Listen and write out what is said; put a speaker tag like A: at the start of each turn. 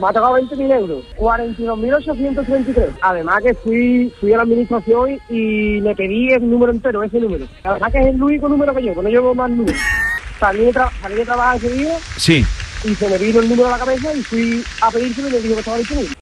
A: me ha tocado 20.000 euros, 42.833. Además que fui, fui a la administración y le pedí el número entero, ese número. La verdad que es el único número que llevo, no llevo más números. Salí de, tra- salí de trabajar ese día
B: Sí.
A: y se me vino el número a la cabeza y fui a pedírselo y le dije que estaba disponible.